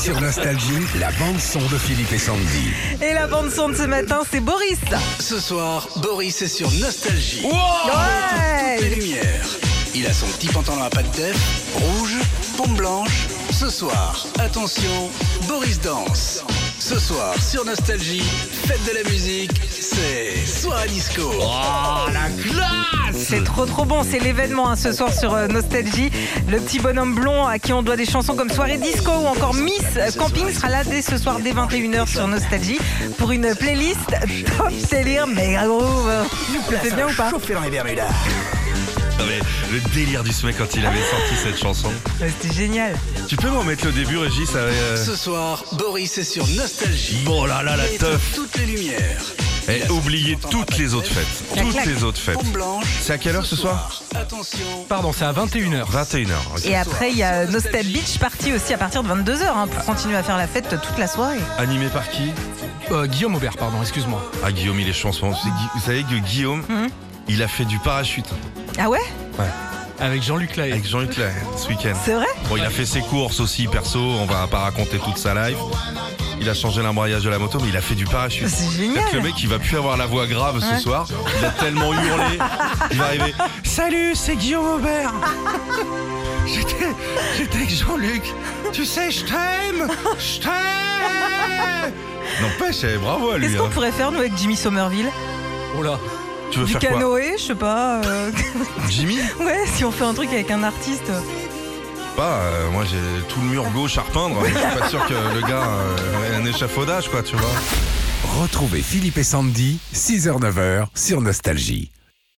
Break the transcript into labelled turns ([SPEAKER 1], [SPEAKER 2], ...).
[SPEAKER 1] Sur Nostalgie, la bande-son de Philippe et Sandy.
[SPEAKER 2] Et la bande son de ce matin, c'est Boris.
[SPEAKER 3] Ce soir, Boris est sur Nostalgie. Toutes les
[SPEAKER 2] Ouais.
[SPEAKER 3] lumières. Il a son petit pantalon à pattes d'œuf, rouge, pompe blanche. Ce soir, attention, Boris danse. Ce soir, sur Nostalgie, fête de la musique, c'est Soirée Disco.
[SPEAKER 4] Oh,
[SPEAKER 2] C'est trop trop bon, c'est l'événement hein, ce soir sur euh, Nostalgie. Le petit bonhomme blond à qui on doit des chansons comme Soirée Disco ou encore Miss Camping sera là dès ce soir dès 21h sur Nostalgie pour une playlist top délire mais gros. euh, C'est bien ou pas
[SPEAKER 4] Non mais le délire du mec quand il avait sorti cette chanson.
[SPEAKER 2] Ouais, C'était génial.
[SPEAKER 4] Tu peux m'en mettre le début, Régis avec, euh,
[SPEAKER 3] Ce soir, Boris est sur Nostalgie.
[SPEAKER 4] Bon là là la
[SPEAKER 3] Il a éteint
[SPEAKER 4] teuf
[SPEAKER 3] Toutes les lumières.
[SPEAKER 4] Et
[SPEAKER 3] Il a son
[SPEAKER 4] oubliez
[SPEAKER 3] petit pantalon à
[SPEAKER 4] toutes
[SPEAKER 3] pattes
[SPEAKER 4] les autres
[SPEAKER 3] d'œuf,
[SPEAKER 4] fêtes.
[SPEAKER 2] La
[SPEAKER 4] Toutes
[SPEAKER 2] claque.
[SPEAKER 4] les autres fêtes.
[SPEAKER 3] Pompe blanche.
[SPEAKER 4] C'est à quelle heure ce soir
[SPEAKER 3] Attention.
[SPEAKER 5] Pardon, c'est à 21h.
[SPEAKER 4] 21h. ok.
[SPEAKER 2] Et après il y a Nostal Beach Party aussi à partir de 22h hein, pour continuer à faire la fête toute la soirée.
[SPEAKER 4] Animé par qui
[SPEAKER 5] Euh, Guillaume Aubert, pardon, excuse-moi.
[SPEAKER 4] Ah Guillaume il est chanson. Vous savez- Vous savez que Guillaume,
[SPEAKER 2] Mhm.
[SPEAKER 4] il a fait du parachute
[SPEAKER 2] Ah ouais
[SPEAKER 5] Avec Jean-Luc Lahaye.
[SPEAKER 4] avec Jean-Luc Lahaye ce week-end.
[SPEAKER 2] C'est vrai
[SPEAKER 4] Bon il a fait ses courses aussi perso, on va pas raconter toute sa life. Il a changé l'embrayage de la moto mais il a fait du parachute.
[SPEAKER 2] C'est
[SPEAKER 4] C'est-à-dire que
[SPEAKER 2] génial.
[SPEAKER 4] le mec il va plus avoir la voix grave ce
[SPEAKER 2] Ouais.
[SPEAKER 4] soir. Il a tellement hurlé. Il va arriver. Salut, c'est Guillaume Aubert. J'étais, j'étais avec Jean-Luc. Tu sais, je t'aime. Je t'aime. N'empêche, eh, bravo à lui.
[SPEAKER 2] Qu'est-ce qu'on
[SPEAKER 4] hein.
[SPEAKER 2] pourrait faire nous avec Jimmy Somerville
[SPEAKER 5] Oh là.
[SPEAKER 4] Tu veux
[SPEAKER 2] Du
[SPEAKER 4] faire
[SPEAKER 2] canoë, je sais pas. euh,
[SPEAKER 4] quoi Jimmy
[SPEAKER 2] ouais, si on fait un truc avec un artiste.
[SPEAKER 4] Pas. euh, moi, j'ai tout le mur gauche à repeindre. Je suis pas sûr que le gars euh, ait un échafaudage, quoi, tu vois.
[SPEAKER 1] Retrouvez Philippe et Sandy, 6h-9h sur Nostalgie.